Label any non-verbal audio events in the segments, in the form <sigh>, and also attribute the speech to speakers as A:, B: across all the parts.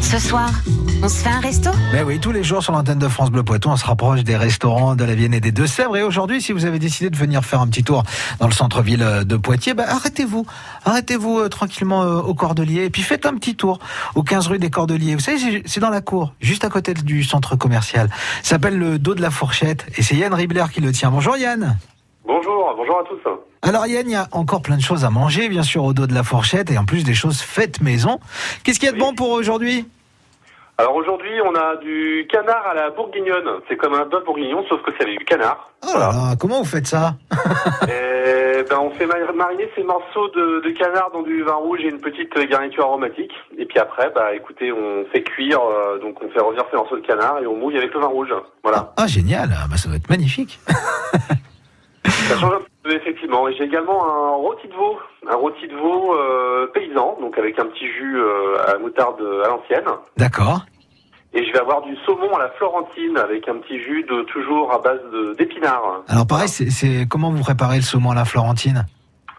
A: Ce soir, on se fait un resto
B: Mais Ben oui, tous les jours sur l'antenne de France Bleu Poitou, on se rapproche des restaurants de la Vienne et des Deux-Sèvres. Et aujourd'hui, si vous avez décidé de venir faire un petit tour dans le centre-ville euh, de Poitiers, bah, arrêtez-vous. Arrêtez-vous euh, tranquillement euh, au Cordelier et puis faites un petit tour au 15 rue des Cordeliers. Vous savez, c'est- c'est dans la cour, juste à côté du centre commercial. Ça s'appelle le dos de la fourchette et c'est Yann Ribler qui le tient. Bonjour Yann
C: Bonjour, bonjour à tous.
B: alors Yann, il y a encore plein de choses à manger, bien sûr, au dos de la fourchette, et en plus des choses faites maison. Qu'est-ce qu'il y a de
C: Oui.
B: bon pour aujourd'hui
C: Alors aujourd'hui, on a du canard à la bourguignonne. C'est comme un bœuf bourguignon, sauf que c'est avec du canard.
B: Oh là là, comment vous faites ça
C: Et ben, on fait mar- mariner ces morceaux de, de canard dans du vin rouge et une petite garniture aromatique. Et puis après, bah écoutez, on fait cuire, euh, donc on fait revenir ces morceaux de canard et on mouille avec le vin rouge. Voilà.
B: Ah génial, Ah, bah, ça doit être magnifique.
C: Ça change un peu, effectivement. Et j'ai également un rôti de veau, un rôti de veau euh, paysan, donc avec un petit jus euh, à la moutarde à l'ancienne.
B: D'accord.
C: Et je vais avoir du saumon à la Florentine avec un petit jus de toujours à base de- d'épinards.
B: Alors pareil, c'est- c'est comment vous préparez le saumon à la Florentine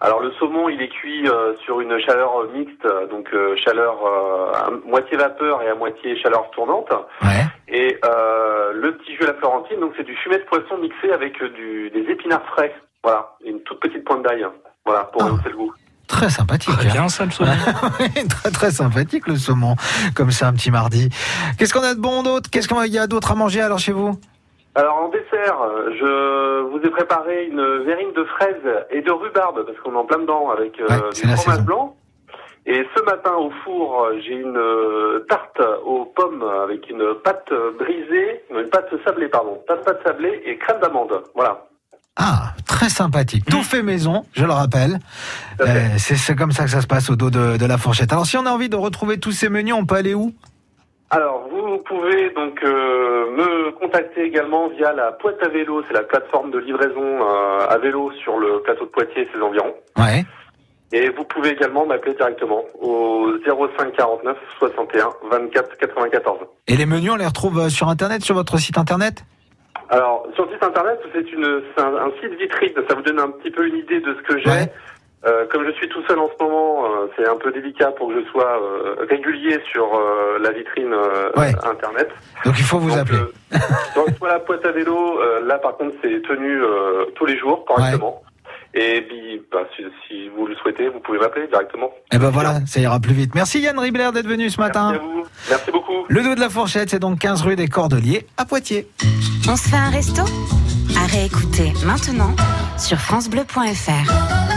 C: Alors le saumon, il est cuit euh, sur une chaleur euh, mixte, euh, donc euh, chaleur euh, à moitié vapeur et à moitié chaleur tournante.
B: Ouais.
C: Et euh, le petit jus à la Florentine, donc c'est du fumet de poisson mixé avec euh, du, des épinards frais. Voilà, et une toute petite pointe d'ail. Voilà, pour
B: Ah.
C: rehausser le goût.
B: Très sympathique.
D: Très
C: Ah,
D: bien ça le sommet.
B: hein. <laughs> très très sympathique le saumon, comme ça un petit mardi. Qu'est-ce qu'on a de bon d'autre Qu'est-ce qu'il y a d'autre à manger alors chez vous
C: Alors en dessert, euh, je vous ai préparé une verrine de fraises et de rhubarbe parce qu'on est en plein dedans avec euh,
B: Ouais,
C: du
B: c'est la
C: fromage
B: saison.
C: blanc. Et ce matin au four, euh, j'ai une euh, tarte aux pommes avec une pâte euh, brisée, une pâte sablée pardon, pâte pâte sablée et crème d'amande. Voilà.
B: Ah, très sympathique. Tout fait maison, je le rappelle.
C: Mm. Tout à fait.
B: Euh, c'est c'est comme ça que ça se passe au dos de, de la fourchette. Alors si on a envie de retrouver tous ces menus, on peut aller où
C: Alors vous pouvez donc euh, me contacter également via la Pointe à vélo, c'est la plateforme de livraison euh, à vélo sur le plateau de Poitiers et ses environs.
B: Ouais.
C: Et vous pouvez également m'appeler directement au 05 49 61 24 94.
B: Et les menus, on les retrouve euh, sur internet, sur votre site internet
C: Alors, sur le site internet, c'est une c'est un, un site vitrine, ça vous donne un petit peu une idée de ce que j'ai.
B: Ouais.
C: Euh, comme je suis tout seul en ce moment, euh, c'est un peu délicat pour que je sois euh, régulier sur euh, la vitrine euh,
B: Ouais.
C: internet.
B: Donc il faut vous
C: Donc,
B: appeler.
C: euh, donc, soit la pointe à vélo, euh, là par contre c'est tenu euh, tous les jours correctement. Et puis, bah, si, si vous le souhaitez, vous pouvez m'appeler directement.
B: Et ben voilà, ça ira plus vite. Merci Yann Ribler d'être venu ce matin.
C: Merci à vous. Merci beaucoup.
B: Le dos de la fourchette, c'est donc 15 rue des Cordeliers à Poitiers.
A: On se fait un resto À réécouter maintenant sur FranceBleu.fr.